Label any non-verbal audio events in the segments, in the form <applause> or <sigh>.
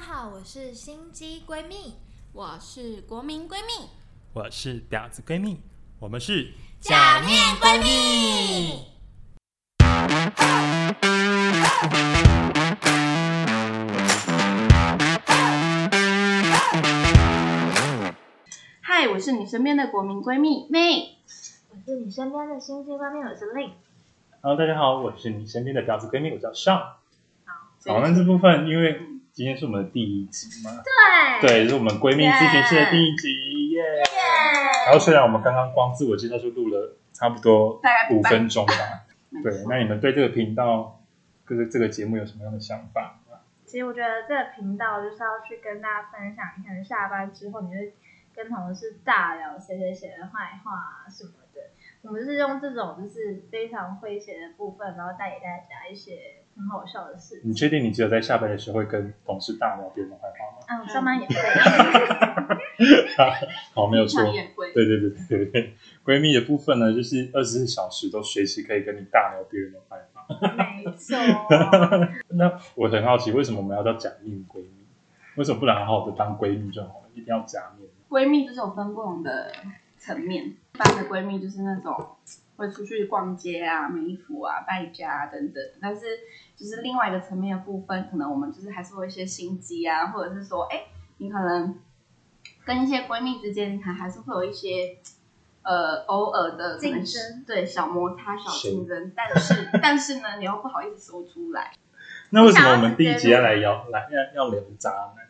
好，我是心机闺蜜，我是国民闺蜜，我是婊子闺蜜，我们是假面闺蜜。嗨，我是你身边的国民闺蜜 May。我是你身边的心机闺蜜，我是 Link。 Hello，大家好，我是你身边的婊子闺蜜，我叫尚。好，那这这个部分因为今天是我们的第一集嘛，对，对，是我们闺蜜咨询室的第一集耶。然后虽然我们刚刚光自我介绍就录了差不多大概五分钟吧，没错对，那你们对这个频道，就是这个节目有什么样的想法？其实我觉得这个频道就是要去跟大家分享，你可能下班之后你就跟同事大聊谁谁谁的坏话啊什么的。我们就是用这种就是非常诙谐的部分，然后带给大家一些很好笑的事你情。确定你只有在下班的时候会跟同事大聊别人的坏话吗？嗯，我上班也会。好，没有错场。也会，对对对对对对，闺蜜的部分呢，就是二十四小时都随时可以跟你大聊别人的坏话。没错， <laughs> 那我很好奇，为什么我们要叫假面闺蜜？为什么不能好好的当闺蜜就好了？一定要假面？闺蜜就是有分不同的层面，一般的闺蜜就是那种会出去逛街啊、买衣服啊、败家啊等等，但是就是另外一个层面的部分，可能我们就是还是会有一些心机啊，或者是说，哎、你可能跟一些闺蜜之间，你还还是会有一些。呃，偶尔的可竞能争，对小摩擦、小竞争，但是 <laughs> 但是呢，你又不好意思说出来，那为什么我们第一集要来聊来要要聊渣男？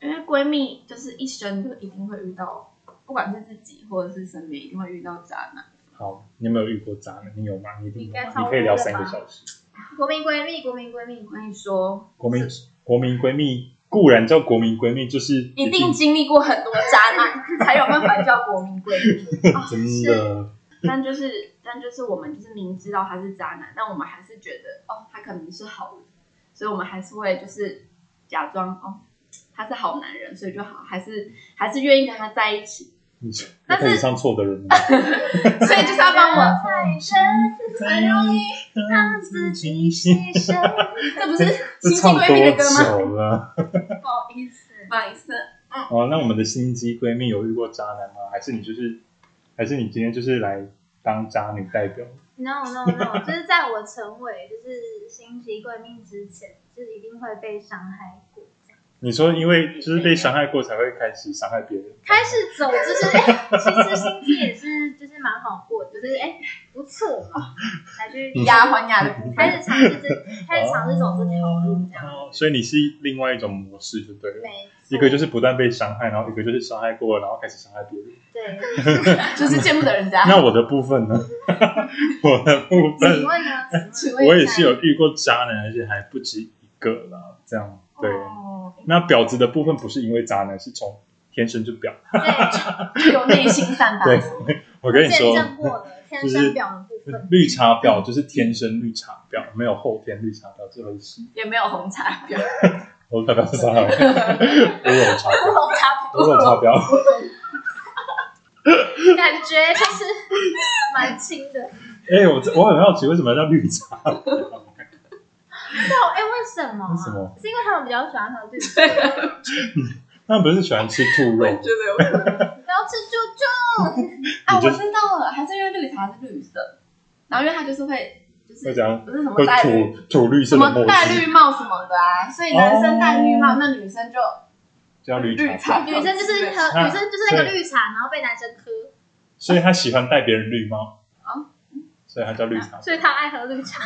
因为闺蜜就是一生就一定会遇到，不管是自己或者是身边，一定会遇到渣男。好，你有没有遇过渣男？你有吗？你一定应有该吗？超你可以聊多的三个吧小时。国民闺蜜，国民闺蜜我，跟你说，国民国民闺蜜固然叫国民闺蜜，就是一定经历过很多渣男，才有办法叫国民闺蜜。啊 <laughs> 真的但就是，但就是我们就是明知道他是渣男，但我们还是觉得哦，他可能是好人，所以我们还是会就是假装哦，他是好男人，所以就好，还是还是愿意跟他在一起。 <laughs> 你是但是可以上错的人吗？啊所以就是 <laughs> 要帮我，太深，很容易让自己牺牲。这不是这心机唱闺蜜的歌吗？多久哦了？啊不好意思，不好意思，哦，那我们的心机闺蜜有遇过渣男吗？还是你就是，还是你今天就是来当渣女代表？ No no no，就是 <laughs> 在我成为就是心机闺蜜之前，就是一定会被伤害 <laughs> 过。你说因为就是被伤害过才会开始伤害别人，开始走就是，哎、其实心机也是就是蛮好过，就是哎、不错嘛，才去嗯牙还牙的部分开始尝试这开始尝试走这条路这样。哦，所以你是另外一种模式就对了。没错一个就是不断被伤害，然后一个就是伤害过了，然后开始伤害别人。对，就是见不得人 <laughs> 家。那我的部分呢？我的部请分，问呢？请问我也是有遇过渣男，而且还不止一个啦。这样对。哦那婊子的部分不是因为渣男，是从天生就婊。对就有内心散发对出，我 <laughs> 跟你见说，证过了天就是生表的部分，绿茶婊就是天生绿茶婊，没有后天绿茶婊这回事。也没有红茶婊，我代表是啥？乌龙茶婊，红茶乌龙茶婊。感觉就是蛮轻的。哎、我我很好奇，为什么要叫绿茶？对，哎、为什么、啊？为什么？是因为他们比较喜欢喝绿茶。他们不是喜欢吃兔肉 <laughs> 我也？觉得有可能。不要吃猪猪。你啊，我就知道了，还是因为绿茶是绿色，然后因为它就是会，就是会怎样不是什么会戴绿吐吐绿什色的么墨戴汁，绿帽什么的啊，所以男哦生戴绿帽，那女生就叫绿绿茶。茶，女生就是喝，啊女生就是那个绿茶，然后被男生喝，所以他喜欢戴别人绿帽。哦所以他叫绿茶。所以他爱喝绿茶。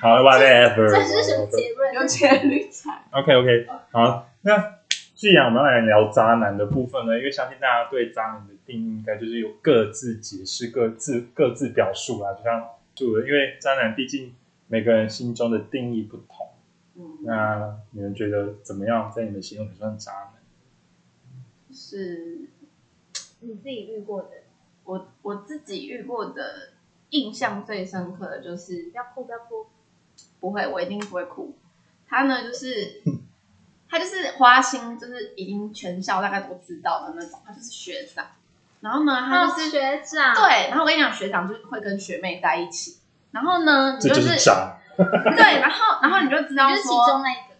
好，whatever。这是什么结论？有钱绿茶， OK OK，好，那既然我们要来聊渣男的部分呢，因为相信大家对渣男的定义应该就是有各自解释、各自各自表述啦，就像就因为渣男毕竟每个人心中的定义不同，嗯，那你们觉得怎么样在你们心中才算渣男？是你自己遇过的，我我自己遇过的印象最深刻的就是不要哭，不要哭。不会，我一定不会哭。他呢，就是 <laughs> 他就是花心，就是已经全校大概都知道的那种，他就是学长。然后呢，他哦，就是、学长，，对，然后我跟你讲，学长就会跟学妹在一起。然后呢，你这就 <laughs> 就是渣，对，然后然后你就知道你就是其中说，那一个。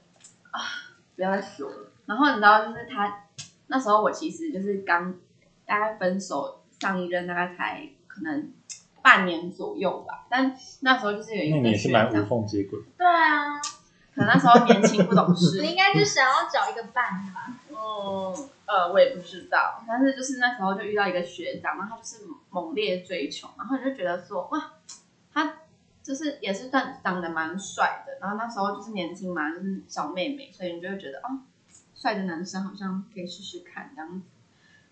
不要再说了。然后你知道，就是他那时候我其实就是刚大概分手上一任，大概才可能半年左右吧。但那时候就是有一那你个也是学蛮长，无缝接轨。对啊，可能那时候年轻不懂 <laughs> 事你，应该就想要找一个伴吧？嗯，呃，我也不知道，但是就是那时候就遇到一个学长，然后他就是猛烈追求，然后你就觉得说，哇，他就是也是算长得蛮帅的，然后那时候就是年轻嘛，就是小妹妹，所以你就会觉得，哦，帅的男生好像可以试试看这样子。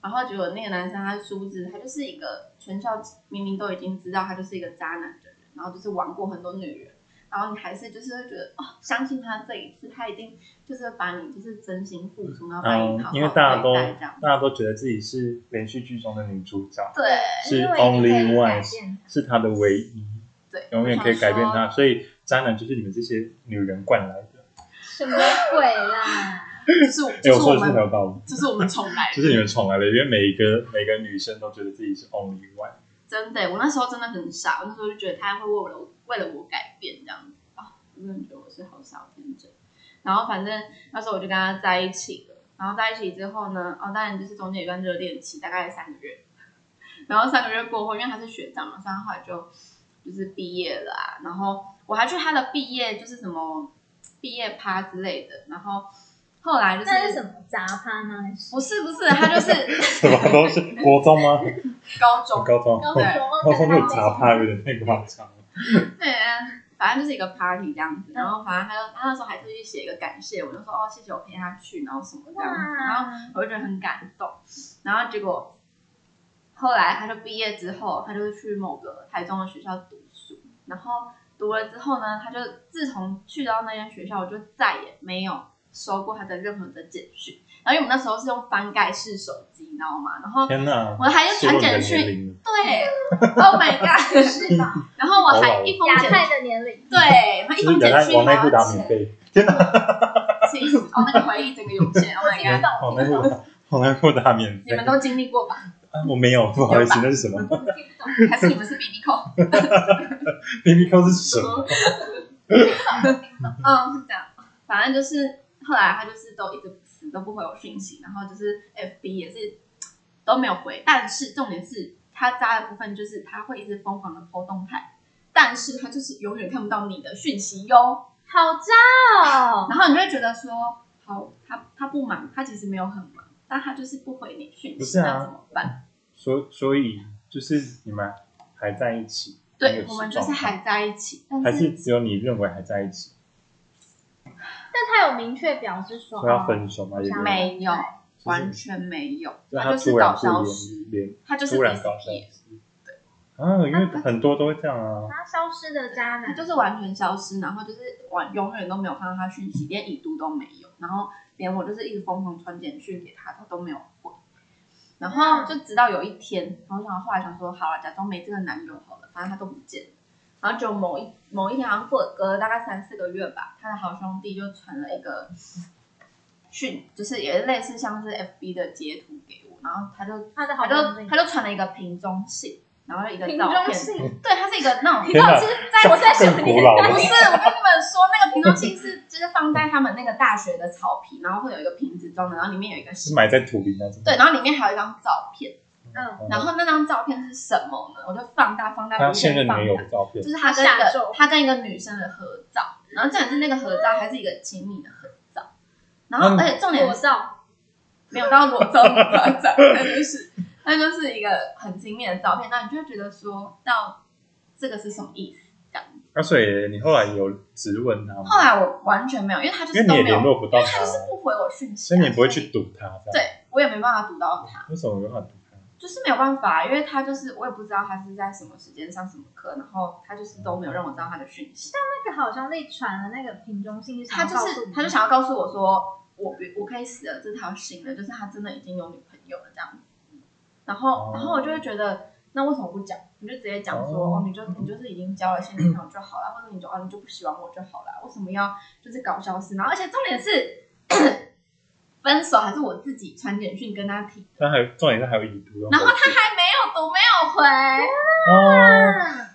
然后结果那个男生他殊不知，他就是一个全校明明都已经知道他就是一个渣男的人，然后就是玩过很多女人，然后你还是就是会觉得，哦，相信他这一次，他一定就是把你就是真心付出，然后把你嗯好，好因为大家对都待这样。大家都觉得自己是连续剧中的女主角，对是因为你可以 only 改 one，变他是她的唯一，对，永远可以改变我她。想说。所以渣男就是你们这些女人惯来的。什么鬼 <laughs> 啦？就是我，哎、就我是说我的是很们，有道理，就是我们重 <laughs> 来了。就是你们宠来的，因为每一个每个女生都觉得自己是 only one。真的，我那时候真的很傻，我那时候就觉得他会为了我为了我改变这样子啊，我真的觉得我是好傻，好天真。然后反正那时候我就跟他在一起了，然后在一起之后呢，哦，当然就是中间有一段热恋期，大概三个月。 <laughs> 然后三个月过后，因为他是学长嘛，所以他后来就就是毕业了啊。然后我还去他的毕业，就是什么毕业趴之类的。然后后来就是那是什么杂趴吗？还是不是不是，他就 <laughs> 是什么都是国中吗？ <laughs> 高中高中，高对高中中就有茶趴有点太夸张了。对啊，反正就是一个 party 这样子，然后反正他就他那时候还特意写一个感谢，我就说哦谢谢我陪他去，然后什么这样子，然后哇，我就觉得很感动，然后结果后来他就毕业之后，他就去某个台中的学校读书，然后读了之后呢，他就自从去到那间学校，我就再也没有收过他的任何的简讯，然后因为我们那时候是用翻盖式手机，你知道吗？然后天哪！我还用泄露传你的简年讯，龄了。对，Oh my <laughs> god，是吧？然后我还一封亚简讯太。的年 <laughs> 龄，对，他就一是封等简他讯往内还裤要打免钱，费，天哪！气死！哦，那个回忆整个涌现，Oh <laughs> 听不 my god！懂，嗯往听内不裤懂，打， <laughs> 往内裤打免你费们。都经历过 <laughs> 吧？啊我没有，不好意思，那是什么听不懂。还是你们是 B B 扣？ b b q 是什么？嗯，是这样。反正就是后来他就是都一直死都不回我讯息，然后就是 F B 也是都没有回。但是重点是他渣的部分就是他会一直疯狂的抛动态，但是他就是永远看不到你的讯息哟。好渣哦！然后你就会觉得说，好，他他不忙，他其实没有很忙，但他就是不回你讯不息，是啊那怎么办？所所以就是你们还在一起？那对，个我们就是状态还在一起，但还是只有你认为还在一起，但他有明确表示嗯说说要分手吗？也想有，没有，是完全没有，就他他就是突然搞不消失，联联，他就是突然搞消 disappear，失。啊，因为很多都会这样啊。哦他消失的渣他男，就是完全消失，然后就是完永远都没有看到他讯息，连已读都没有，然后连我就是一直疯狂传简讯给他，他都没有回。然后就直到有一天，然后想后来想说，好了，假装没这个男友好了，反正他都不见了。然后就某一某一天，好像过了隔了大概三四个月吧，他的好兄弟就传了一个讯，就是也是类似像是 FB 的截图给我，然后他就他的他好就兄弟他就传了一个瓶中信，然后一个瓶照中片，信，对，它是一个那种你到底是在我在什么更古年老代？不了是，我跟你们说，那个瓶中信是就是放在他们那个大学的草皮，然后会有一个瓶子装的，然后里面有一个是埋在土里那种。对，然后里面还有一张照片，嗯，然后那张照片是什么呢？我就放大放大他无现限任放大女友，的照片就，是他跟一下咒个他跟一个女生的合照，然后重点是那个合照还是一个亲密的合照，然后嗯而且重点裸是照，没有到裸照那么夸张，但就是那就是一个很亲密的照片，那你就会觉得说到这个是什么意思？那啊所以你后来有质问他后吗？来我完全没有，因为他就因为是你都也没有联，络不因到为他他就，是不回我讯息、所啊，以你也不会所去以。堵他，这对样。我也没办法堵到他，为什么没办法堵他？就是没有办法，因为他就是我也不知道他是在什么时间上什么课，然后他就是都没有让我知道他的讯息。那个好兄弟传的那个瓶中信，他就是他就想要告诉我说，我我可以死了，这条心了，就是他真的已经有女朋友了这样子。然后哦然后我就会觉得，那为什么不讲？你就直接讲说，哦哦，你就你就是已经交了现女朋友就好了，或者你就哦你就不喜欢我就好了，为什么要就是搞消失？然后而且重点是， <clears throat> 分手还是我自己传简讯跟他提，但还有重点是还有已读，然后他还没有读没有回。还哦，嗯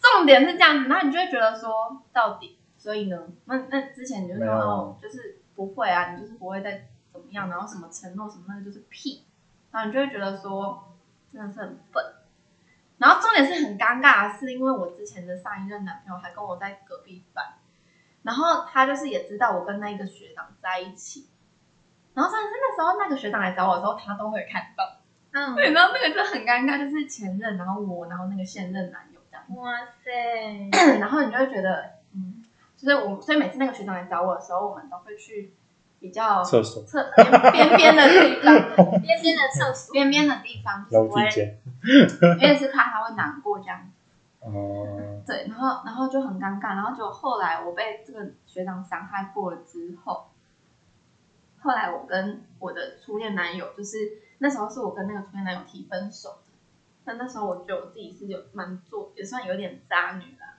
重点是这样子，然后你就会觉得说，到底，所以呢，那那之前你就说没有哦，就是不会啊，你就是不会再怎么样，然后什么承诺什么那个就是屁，然后你就会觉得说真的是很笨。然后重点是很尴尬，是因为我之前的上一任男朋友还跟我在隔壁班，然后他就是也知道我跟那个学长在一起，然后真的是那时候那个学长来找我的时候，他都会看到，嗯，对，然后那个就很尴尬，就是前任，然后我，然后那个现任男友这样。哇塞，然后你就会觉得，嗯，就是我，所以每次那个学长来找我的时候，我们都会去比较哦厕所、侧边边边的地方，边边的厕所，边边的地方，就是楼不会梯，间，因为是怕他会难过这样。哦，对，然后然后就很尴尬，然后就后来我被这个学长伤害过了之后，后来我跟我的初恋男友，就是那时候是我跟那个初恋男友提分手的，但那时候我觉得我自己是有蛮做，也算有点渣女啦，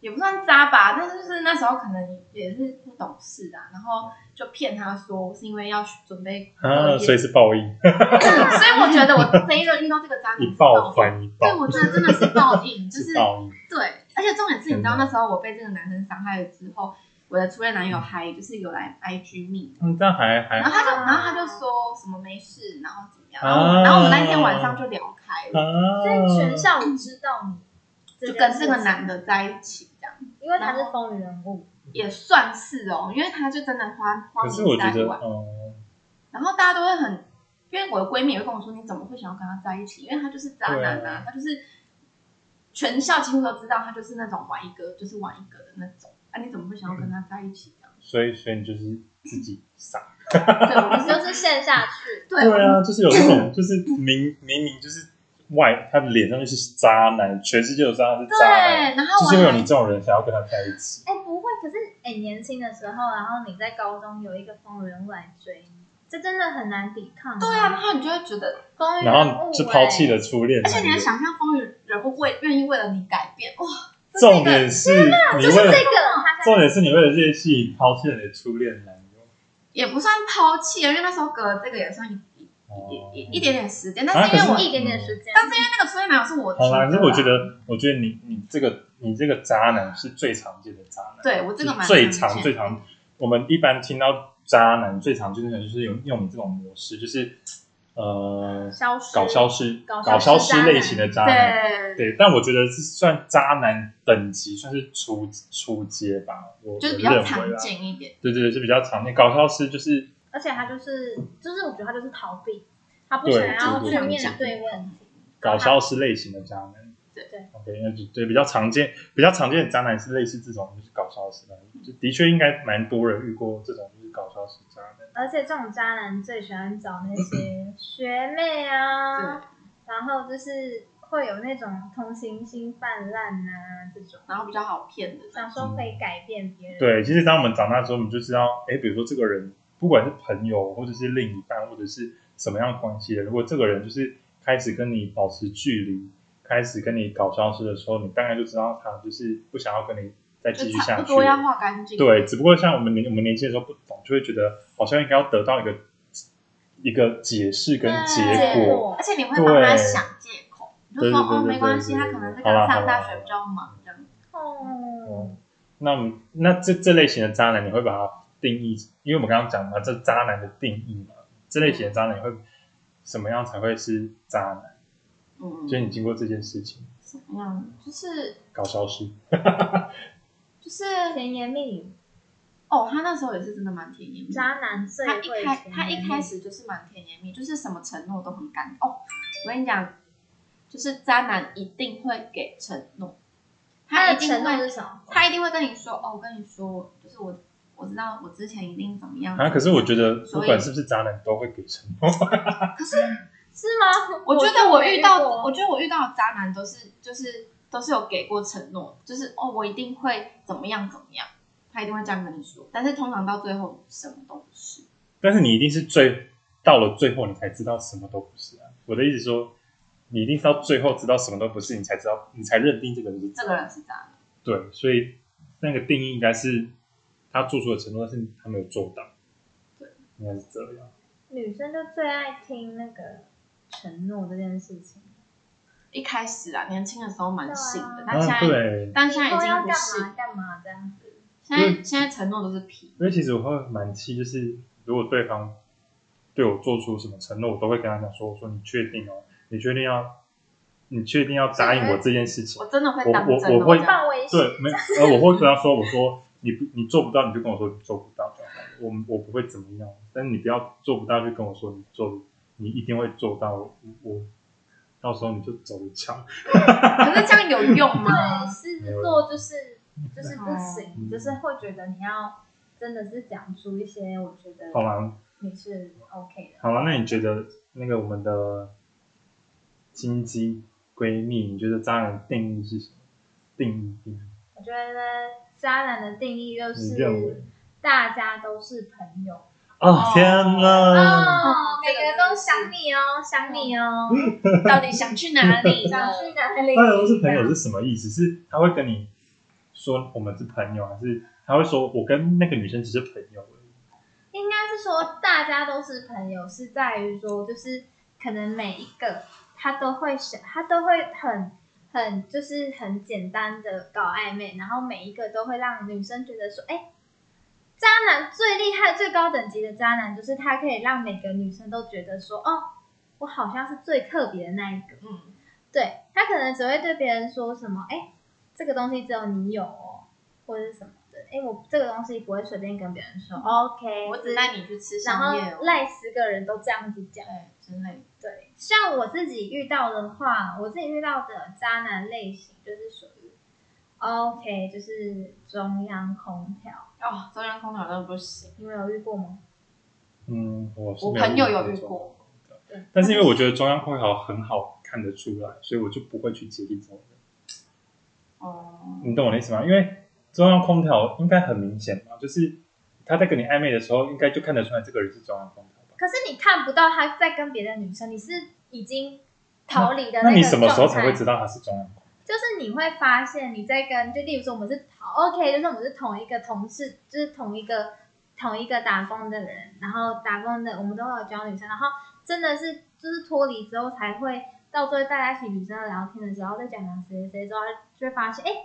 也不算渣吧，但是就是那时候可能也是不懂事啊，然后就骗他说我是因为要准备啊，所以是报应， <laughs> 所以我觉得我这一轮遇到这个渣女一是报应还一对，报，我觉得真的是 <laughs> 报应，就是是报应，对，而且重点是，你知道那时候我被这个男生伤害了之后，我的初恋男友还就是有来 IG 密，嗯，但还还然后他就啊然后他就说什么没事，然后怎么样，然后我啊然后我们那一天晚上就聊开了，啊，所以全校知道你就件跟事这情个男，的在一起这样，因为他是风云人物，也算是哦，因为他就真的花花可是我名觉在得，外，嗯，然后大家都会很，因为我的闺蜜也会跟我说你怎么会想要跟他在一起，因为他就是渣男对啊啊，他就是全校几乎都知道他就是那种玩一个就是玩一个的那种，啊你怎么会想要跟他在一起这样？所以所以你就是自己傻， <laughs> 对，我你就是陷下去，对，对啊，就是有这种，就是明明明就是外，他的脸上就是渣男，全世界都知道他是渣男，对，然后就我是因为有还你这种人想要跟他在一起，哎、不会，可是哎、年轻的时候，然后你在高中有一个风云人物来追你，这真的很难抵抗、对啊，然，后你就会觉得，风云人欸然物、后就抛弃了初恋而男且友，你还想象风云人物为愿意为了你改变，哇，重点是你就是为这了个，他重点是你为了这些戏抛弃了你的初恋男友，也不算抛弃，因为那时候隔了这个也算一一哦一一点点时间，但啊是因为我可一是点点时间，但是因为那个初恋男友是我提的好啊，啦，可是我觉得，我觉得你你这个你这个渣男是最常见的渣男，对我这个蛮最常常见最常，我们一般听到渣男最常见的就是有用你这种模式，就是呃消失，搞消失搞搞消消失渣失男类型的渣男。对，对，但我觉得是算渣男等级，算是初初阶吧，我就是我比认较为常啦。见一点，对对对，是比较常见。搞消失就是而且他就是，就是我觉得他就是逃避，他不对想要就是去这面样对问题，搞消失类型的渣男。对对，OK，那就对比较常见，比较常见的渣男是类似这种，就是搞消失的，就的确应该蛮多人遇过这种，就是搞消失渣男。而且这种渣男最喜欢找那 <laughs> 些学妹啊，对，然后就是会有那种同情心泛滥啊这种，然后比较好骗的，想说会改变别人，嗯对，其实当我们长大之后，我们就知道，哎，比如说这个人，不管是朋友，或者是另一半，或者是什么样的关系的，如果这个人就是开始跟你保持距离，开始跟你搞消失的时候，你大概就知道他就是不想要跟你再继续就下差去不了。多要画干净，对，只不过像我们年我们年轻的时候不懂，就会觉得好像应该要得到一个一个解释跟结对果。而且你会帮他对想借口，你就对说对对哦对没关系，对他对可能是好啦刚好啦上大好学啦比较忙这样。哦，那我们那这这类型的渣男，你会把它定义？因为我们刚刚讲嘛，这渣男的定义嘛，这类型的渣男你会什么样才会是渣男？嗯，就是你经过这件事情怎么样？就是搞消失，就是甜言蜜语，哦，他那时候也是真的蛮甜言蜜语。渣男最他会一甜开他言一蜜开语始就是蛮甜言蜜，就是什么承诺都很干哦。我跟你讲，就是渣男一定会给承诺，他一的定承诺会是什么？他一定会跟你说哦，我跟你说，就是我我知道我之前一定怎么样啊！可是我觉得不所以管是不是渣男，都会给承诺。是吗？我觉得我遇到，我我觉得我遇到的渣男都是就是都是有给过承诺，就是哦，我一定会怎么样怎么样，他一定会这样跟你说，但是通常到最后什么都不是。但是你一定是最到了最后，你才知道什么都不是啊！我的意思说，你一定是到最后知道什么都不是，你才知道，你才认定这个人是渣这个人是渣男，对，所以那个定义应该是他做出的承诺，但是他没有做到。对，应该是这样。女生就最爱听那个承诺这件事情，一开始啊，年轻的时候蛮信对的，啊但现啊，在、对，但现在已以后经要不干是嘛。干嘛这样子，现在嗯现在承诺都是皮，因为其实我会蛮气，就是如果对方对我做出什么承诺，我都会跟他讲说，我说你确定哦，你确定要，你确定要答应我这件事情我？真的会当我我真的我会这样放微信，对，没，呃，我会跟他说，我说你不你做不到，你就跟我说你做不到就好了，我我不会怎么样，但是你不要做不到就跟我说你做，你一定会做到，我我到时候你就走桥，可是这样有用 <laughs> 吗对，？狮子座就是就是不行，就是会觉得你要真的是讲出一些，我觉得好吗？你是 OK 的。好了，那你觉得那个我们的金鸡闺蜜，你觉得渣男定义是什么？定义我觉得渣男的定义就你认为是大家都是朋友哦，天哪！哦，每个都想你哦，想你哦，到底想去哪 <laughs> 里呢？想去哪里？大家都是朋友是什么意思？是他会跟你说我们是朋友，还是他会说我跟那个女生只是朋友而已？应该是说大家都是朋友，是在于说就是可能每一个他都会想，他都会很很就是很简单的搞暧昧，然后每一个都会让女生觉得说，哎、渣男最厉害、最高等级的渣男，就是他可以让每个女生都觉得说，哦，我好像是最特别的那一个。嗯，对他可能只会对别人说什么，哎，这个东西只有你有哦，或者是什么的，哎，我这个东西不会随便跟别人说，OK，我只嗯带你去吃然宵夜哦，后赖十个人都这样子讲对。之类的。对，像我自己遇到的话，我自己遇到的渣男类型就是属于 OK，就是中央空调。哦，中央空调真的不行。你们有遇过吗？嗯，我是我没朋友有过遇这种过，对，但是因为我觉得中央空调很好看得出来，所以我就不会去接近这种人。哦，你懂我的意思吗？因为中央空调应该很明显嘛，就是他在跟你暧昧的时候，应该就看得出来这个人是中央空调吧。可是你看不到他在跟别的女生，你是已经逃离的个那你什么时候才状态会知道他是中央空就是你会发现你在跟，就例如说我们是好 OK，就是我们是同一个同事，就是同一个同一个打工的人，然后打工的我们都会有交女生，然后真的是就是脱离之后才会到最后大家一起女生聊天的时候，在讲讲谁谁谁之后，就会发现哎，诶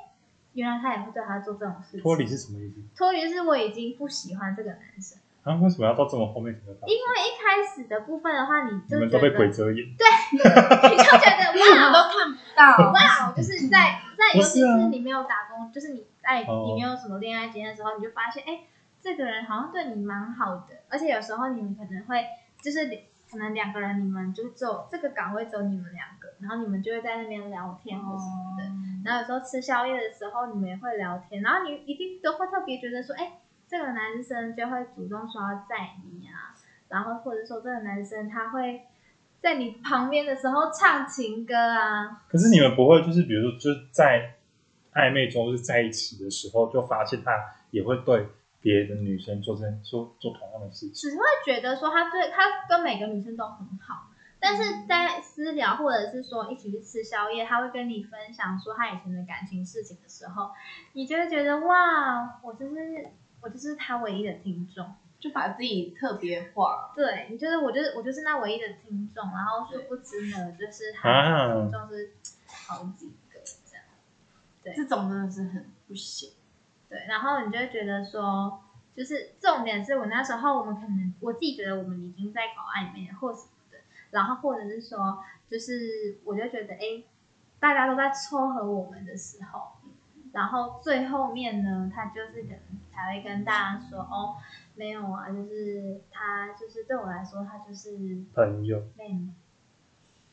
原来他也会对他做这种事情。调？脱离是什么意思？脱离就是我已经不喜欢这个男生，啊，为什么要到这么后面才知道？因为一开始的部分的话，你你就们觉都得被鬼遮眼。 <laughs> 你就觉得 <laughs> 因为哇我们。都看不到。哇，就是在在，不尤是其啊是你没有打工，就是你在哦你没有什么恋爱经验的时候，你就发现，哎、这个人好像对你蛮好的，而且有时候你们可能会就是可能两个人你们就只有这个岗位只有你们两个，然后你们就会在那边聊天或什么的，然后有时候吃宵夜的时候你们也会聊天，然后你一定都会特别觉得说，哎、这个男生就会主动说要载你啊，然后或者说这个男生他会。在你旁边的时候唱情歌啊，可是你们不会就是比如说就是在暧昧中就是在一起的时候，就发现他也会对别的女生做这做做同样的事情。只是会觉得说他对他跟每个女生都很好，但是在私聊或者是说一起去吃宵夜，他会跟你分享说他以前的感情事情的时候，你就会觉得哇，我就是我就是他唯一的听众，就把自己特别化，对你觉得我就是我就是那唯一的听众，然后殊不知呢，就是他啊的听众是好几个这样，这种真的是很不行。对，然后你就会觉得说。就是重点是我那时候，我们可能我自己觉得我们已经在搞暧昧了或什么的，然后或者是说，就是我就觉得，哎，大家都在撮合我们的时候，然后最后面呢，他就是可能才会跟大家说，哦，没有啊，就是他就是对我来说，他就是朋友，妹妹，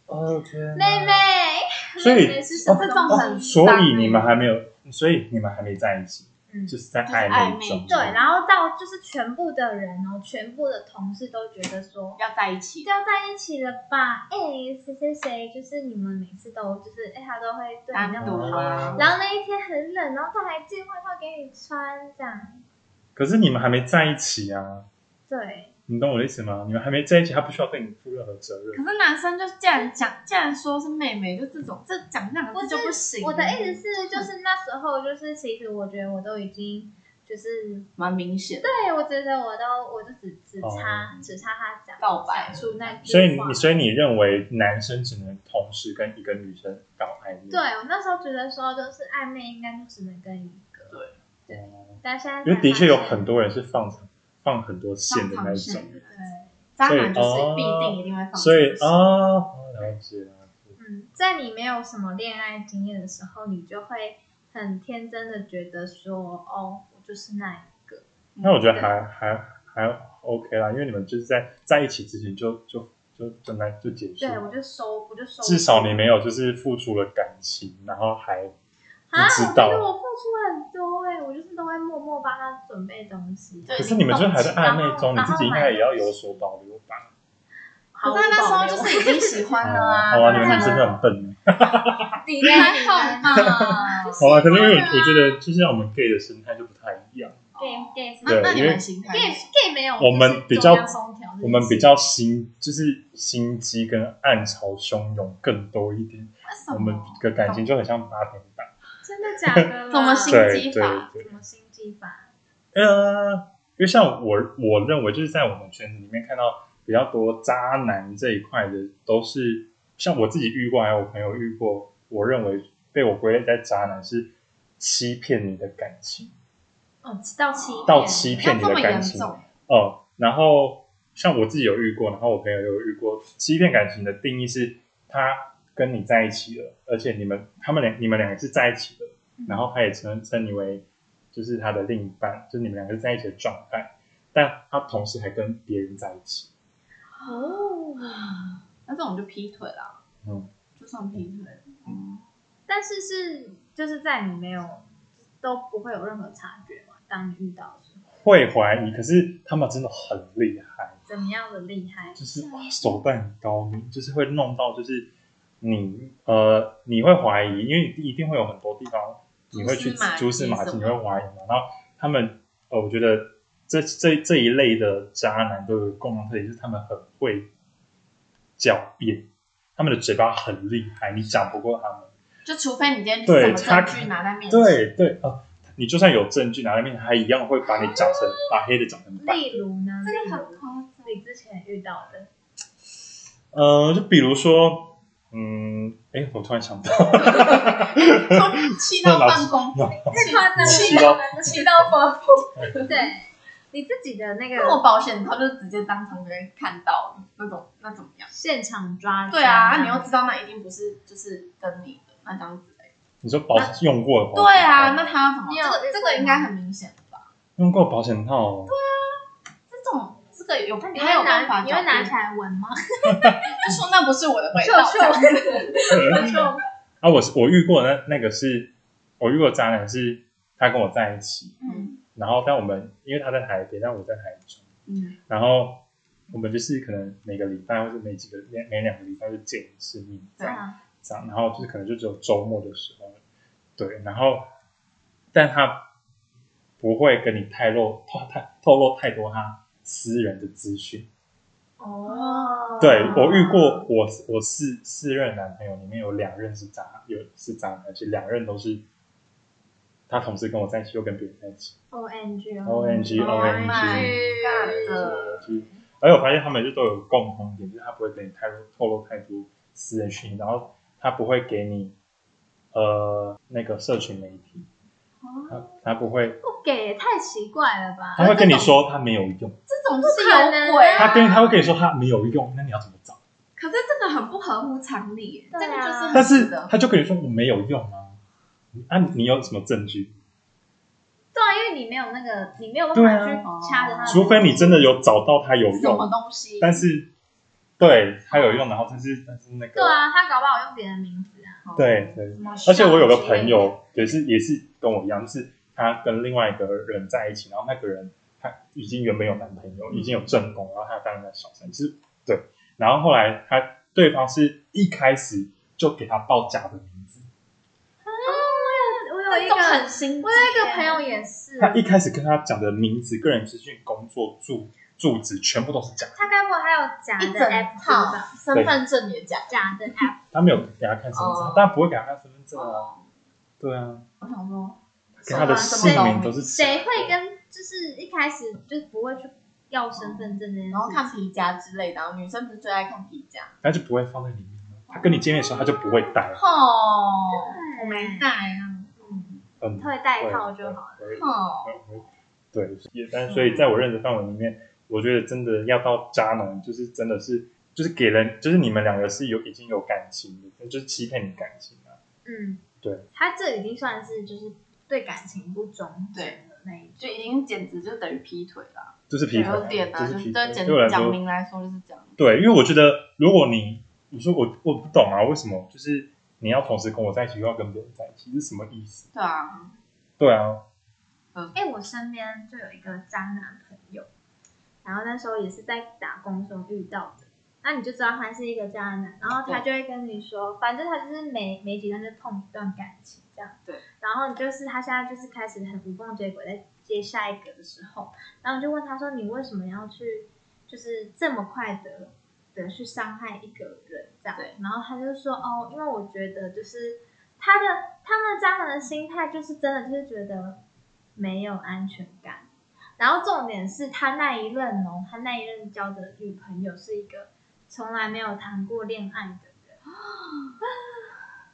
哦天哪妹妹，所以哦妹妹是什么这种东西很所以你们还没有，所以你们还没在一起，嗯就是在就是暧暧昧中。对，然后到就是全部的人哦，全部的同事都觉得说，要在一起，要在一起了吧？哎、谁谁谁，就是你们每次都就是哎、他都会对你那单么独好，啊，然后那一天很冷，然后他还借外套给你穿，这样可是你们还没在一起啊。对，你懂我的意思吗？你们还没在一起，他不需要对你负任何责任。可是男生就既然讲，既然说是妹妹，就这种这讲这样不子是就不行。我的意思是，就是那时候就是其实我觉得我都已经就是蛮明显的，对我觉得我都我就只只差、哦只差他讲告白讲出那句话，所以你，所以你认为男生只能同时跟一个女生搞暧昧？对我那时候觉得说就是暧昧应该就只能跟一个，对，但现在因为的确有很多多人是放放很多线放的那长一线种，的，对，渣所以男就是哦必定一定会放长线，所以啊，哦了解了解。嗯，在你没有什么恋爱经验的时候，你就会很天真的觉得说，哦，我就是那一个，那我觉得还还还 OK 啦，因为你们就是在在一起之前就就就就那就结束对了我，就收，我就收。至少你没有就是付出了感情，然后还啊，不我知觉道得我付出很多哎、我就是都会默默帮他准备东西。对可是你们就是还在暧昧中，你然后自己应该也要有所保留吧？好，可是他那时候我保留就是已经喜欢了啊， <laughs> 好啊，你对们女生真的很笨。欸你还还好好吧？ <laughs> 好啊，可是因为我我觉得，就是像我们 gay 的生态就不太一样， <laughs> gay gay 是那对那你因为们心态 gay gay 没有，我们就是比中较央空调我们比较心就是心机跟暗潮汹涌更多一点，为什么我们的感情就很像八点档。真的假的啦？ <laughs> 怎么心对机对法对怎么心机法？呃，因为像我我认为就是在我们圈子里面看到比较多渣男这一块的，都是像我自己遇过，还有我朋友遇过，我认为被我归类在渣男是欺骗你的感情，哦，到欺骗到欺要骗你这的么严感情。重？哦，然后像我自己有遇过，然后我朋友也有遇过，欺骗感情的定义是他跟你在一起了，而且你们他们两你们两个是在一起的，然后他也称称你为就是他的另一半，就是你们两个是在一起的状态，但他同时还跟别人在一起，哦。那这种就劈腿啦，嗯，就算劈腿了。但是是就是在你没有都不会有任何察觉嘛？当你遇到的时候，会怀疑，可是他们真的很厉害，怎么样的厉害？就是哇手段很高明，就是会弄到就是你呃你会怀疑，因为一定会有很多地方你会去蛛蛛丝丝马马迹什迹，你么会怀疑嘛。然后他们呃，我觉得这这这一类的渣男都有共同特点，就是他们很会狡辩，他们的嘴巴很厉害，你讲不过他们。就除非你今天就是什对么他证据拿在面前，对对啊、呃你就算有证据拿来面前，他一样会把你讲成把黑的讲成白的。例如呢？这例个如很夸张。你之前遇到的，呃，就比如说，嗯，哎，我突然想到，气 <laughs> 到办公，太夸张气了，到气到发疯。 <laughs> 对，你自己的那那我个保险套就直接当场给人看到那种，那怎么样？现场抓，对啊，那你又知道那一定不是就是跟你的那张纸。你说保用过的保险套，对啊，那他要怎么？你这有个遇这过个应该很明显吧？用过保险套，这种这个有你还有会办法拿狡你辩？会拿起来闻吗？他说那不是我的味道，臭这样子啊，我是我遇过的那那个是，我遇过的渣男是，他跟我在一起，嗯然后但我们因为他在台北，但我在台中，嗯，然后我们就是可能每个礼拜或者每几个每每两个礼拜就见一次面嗯对啊这样，然后就是可能就只有周末的时候，对，然后但他不会跟你太露透太透露太多他私人的资讯，哦，对我遇过我我四四任男朋友里面有两任是渣，有是渣男，而且两任都是他同时跟我在一起，又跟别人在一起。 ，O N G 哦 O N G O N G， God 而且我发现他们就都有共同点，就是他不会跟你太多透露太多私人讯息，然后他不会给你呃那个社群媒体，他他不会，不给也太奇怪了吧？他会跟你说他没有用，这种就是有鬼啊！他跟他会跟你说他没有用，那你要怎么找？可是这个很不合乎常理耶，这对啊个就是但是的，他就跟你说我没有用啊，啊你有什么证据？对啊，因为你没有那个，你没有办对法啊去掐着他的，除非你真的有找到他有什么用，东西？但是对他有用，然后但是但是那个对啊，他搞不好用别人名字啊，哦对对什么而且我有个朋友也是也是跟我一样，就是她跟另外一个人在一起，然后那个人她已经原本有男朋嗯友，已经有正宫，然后她当然在小三，就是对，然后后来她对方是一开始就给她报假的名字，嗯我有这一种个很心机耶，我有一个朋友也是，她一开始跟她讲的名字、个人资讯、工作、住住址全部都是假的，他该不会还有假一的整 FB 套吧？身份证也假。假的 app，她没有给她看身份证哦，当然不会给她看身份证啊，哦对啊，我想说，跟她的什么姓名东都西是假的谁会跟就是一开始就不会去要身份证这件事？然后看皮夹之类的，然后女生不是最爱看皮夹？她就不会放在啊里面了，她跟你见面的时候她就不会带。哦，我没带啊，嗯，嗯，会戴套就好了。对。哦，对对，也但所以在我认识范围里面，我觉得真的要到渣男，就是真的是就是给人，就是你们两个是有已经有感情的，就是欺骗你感情啊。嗯，对，他这已经算是就是对感情不忠诚的那一种。就已经简直就等于劈腿了，就是劈腿有啊，点啊，就就是是劈这腿。简对我来讲说，明来说就是这样。对，因为我觉得如果你，你说我我不懂啊，为什么就是你要同时跟我在一起，又要跟别人在一起，是什么意思？对啊，对啊，哎、我身边就有一个渣男朋友，然后那时候也是在打工的时候遇到的。那你就知道他是一个渣男，然后他就会跟你说，反正他就是每每几段就碰一段感情这样。对。然后你就是他现在就是开始很无缝接轨，在接下一个的时候，然后我就问他说：“你为什么要去，就是这么快的的去伤害一个人这样对？”然后他就说：“哦，因为我觉得就是他的他们渣男的心态就是真的就是觉得没有安全感。然后重点是他那一任哦，他那一任交的女朋友是一个从来没有谈过恋爱的人。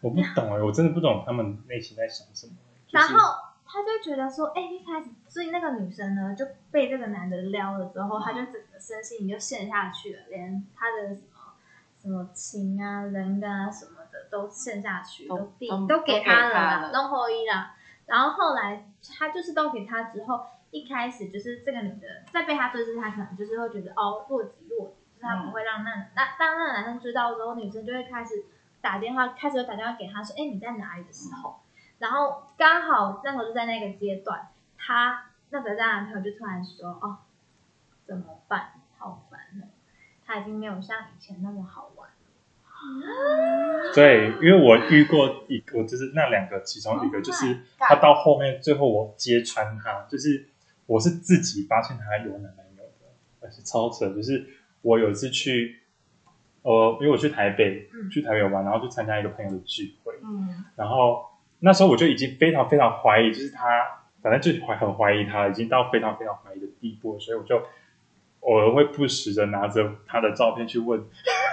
我不懂哎、我真的不懂他们内心在想什么、欸就是然后他就觉得说，哎、一开始，所以那个女生呢就被这个男的撩了之后，嗯她就整个身心就陷下去了，连她的什么什么情啊、人啊什么的都陷下去，都都递都都给都给他了她啦，了弄后一啦。然后后来他就是都给他之后，一开始就是这个女的在被他追之前，她可能就是会觉得哦若即若离，就是她嗯不会让那那当那个男生知道之后，女生就会开始打电话，开始有打电话给他说，哎你在哪里的时候，然后刚好那时候就在那个阶段，他那个渣男朋友就突然说哦怎么办，好烦哦，他已经没有像以前那么好玩了，对，因为我遇过一个，我就是那两个其中一个，就是哦 God 他到后面最后我揭穿他，就是我是自己发现他有男朋友的，而且超扯，就是我有一次去，呃，因为我去台北嗯，去台北玩，然后去参加一个朋友的聚会，嗯，然后那时候我就已经非常非常怀疑，就是他，反正就是怀很怀疑他，已经到非常非常怀疑的地步了，所以我就偶尔会不时的拿着他的照片去问，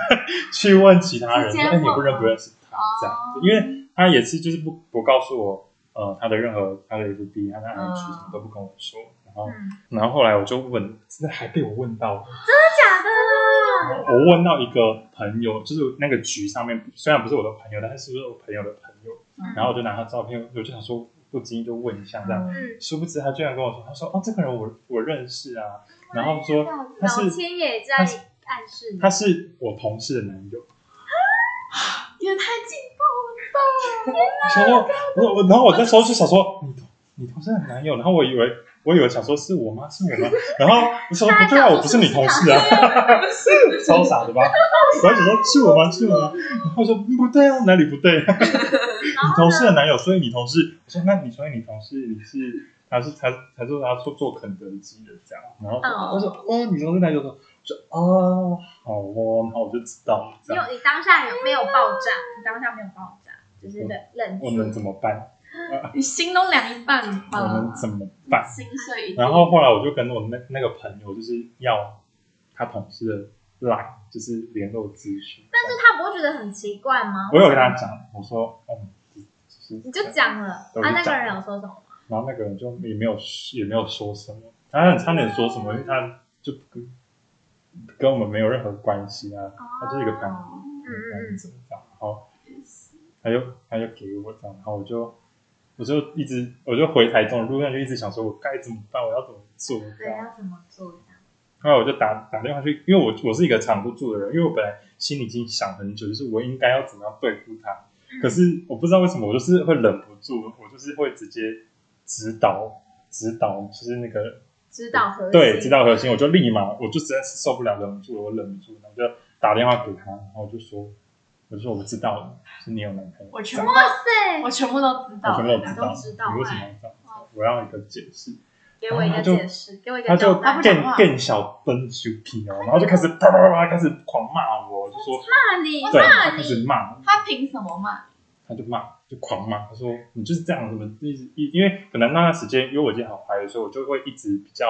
<laughs> 去问其他人，直说接哎，问你不认不认识他哦这样子，因为他也是就是不不告诉我，呃，他的任何他的 FB、他的 IG 什么都不跟我说，然后嗯，然后后来我就问，真的还被我问到，假的啦，我问到一个朋友，就是那个局上面，虽然不是我的朋友，但是是我朋友的朋友，嗯然后我就拿他照片，我就想说不经意就问一下这样，嗯，嗯。殊不知他居然跟我说，他说哦这个人我我认识啊，然后说他老是天爷在他是暗示你，他是我同事的男友，也太近，我想说我我然后我那时候就想说你同你同事的男友，然后我以为我以为想说是我吗是我吗，然后我想说不对啊我不是你同事啊，超傻的吧，我还想说是我吗是我吗，然后我说嗯不对啊哪里不对、啊。然你后同呢事的男友，所以你同事，我说那你所以你同事你是他是他他说他做做肯德基的这样，然后嗯我说哦你同事男友说，我说哦好哦，然后我就知道了这你样，有你当下有没有爆炸？你当下没有爆炸，就是冷冷我能静。怎么办？你心都凉一半哦了我能吧，怎么办？心碎一 <laughs> 地然后后来我就跟我那那个朋友就是要他同事的 line 就是联络资讯，但是他不会觉得很奇怪吗？我有跟他讲，我说嗯，就是你就讲了啊，我就讲那个人有说什么吗？然后那个人就也没有也没有说什么，他很差点说什么，因为他就跟跟我们没有任何关系啊，他就是一个朋友，哦嗯嗯嗯，嗯，怎么讲？然后他就他就给我这样，然后我就我就一直我就回台中的路上就一直想说，我该怎么办？我要怎么做？这对，样，要怎么做这样？后来我就打打电话去，因为我我是一个藏不住的人，因为我本来心里已经想很久，就是我应该要怎么样对付他，嗯可是我不知道为什么，我就是会忍不住，我就是会直接指导指导，就是那个知道核心，对，知道核心，我就立马，我就实在是受不了，忍不住了，我忍不住了，我就打电话给他，然后我就说，我就说我知道了，是你有男朋友，我这全样部都，对我，全部都知我道全部都了，知都道，知道你为什么要这样？我要一个解释，给我一个解释，给我一他个就交代。不讲更话更小奔修皮哦，然后就开始啪啪啪开始狂骂我，就说骂你，对，骂他你开，始骂，他凭什么骂？他就骂，就狂骂，他说你就是这样，什么一直一，因为可能那段时间，因为我已经很怀疑，所以我就会一直比较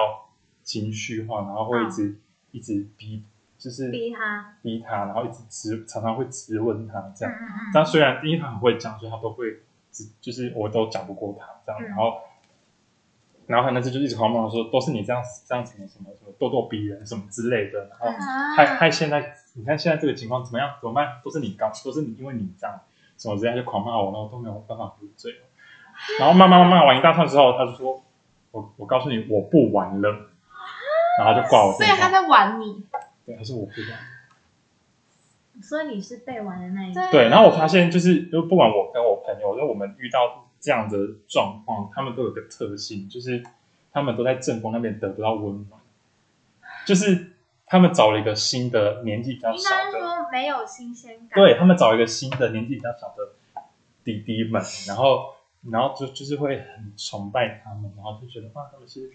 情绪化，然后会一直、一直逼，就是逼他。逼他，然后一直质常常会质问他这嗯样。嗯嗯。但虽然因为他很会讲，所以他都会只就是我都讲不过他这样，嗯然后然后他那次就一直狂骂我说都是你这样这样什么什么什么咄咄逼人什么之类的，然后嗯害害现在你看现在这个情况怎么样？怎么办？都是你搞，都是你因为你这样什么之类，他就狂骂我，然后都没有办法回嘴。然后骂骂骂完一大串之后，他就说：“我我告诉你，我不玩了。”然后就挂我啊所电以他话。在玩你，对，他说我不玩。所以你是被玩的那一个，对对，然后我发现就是，就不管我跟我朋友，就我们遇到这样的状况，他们都有个特性，就是他们都在正宫那边得不到温暖，就是他们找了一个新的年纪比较应小该的，说没有新鲜感。对他们找一个新的年纪比较小的弟弟们，然后然后就就是会很崇拜他们，然后就觉得哇，他们是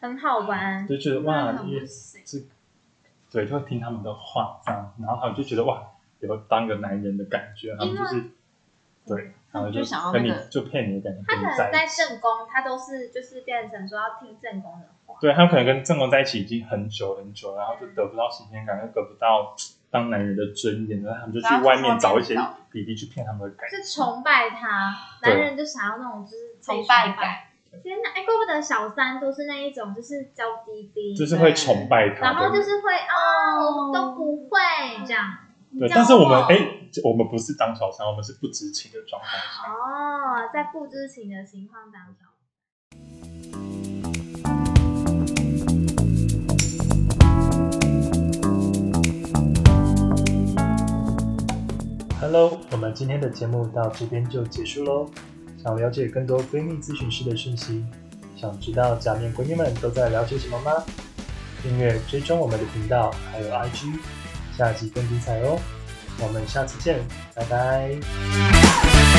很好玩。就觉得那哇，很你不行。是对，就会听他们的话这样，然后他们就觉得哇，有当个男人的感觉，他们就是对，他然后们就想要跟那你个就骗你的感觉，他可跟你能在在一起。正宫，他都是就是变成说要听正宫的话。对他们可能跟正宫在一起已经很久很久了，然后就得不到新鲜感，又得不到当男人的尊严，然后他们就去然后就外面说找别一些人找弟弟去骗他们的感觉。是崇拜他，对男人就想要那种就是自己崇拜感。天哪，哎，怪不得小三都是那一种，就是娇滴滴， <laughs> 就是会崇拜他的，然后就是会哦都不会这样。对，这但样是我们好哎、我们不是当小三，我们是不知情的状态下。哦，在不知情的情况当中， Hello，我们今天的节目到这边就结束喽。想了解更多闺蜜咨询师的讯息，想知道假面闺蜜们都在聊些什么吗？订阅追踪我们的频道，还有 IG，下集更精彩哦。我们下次见，拜拜。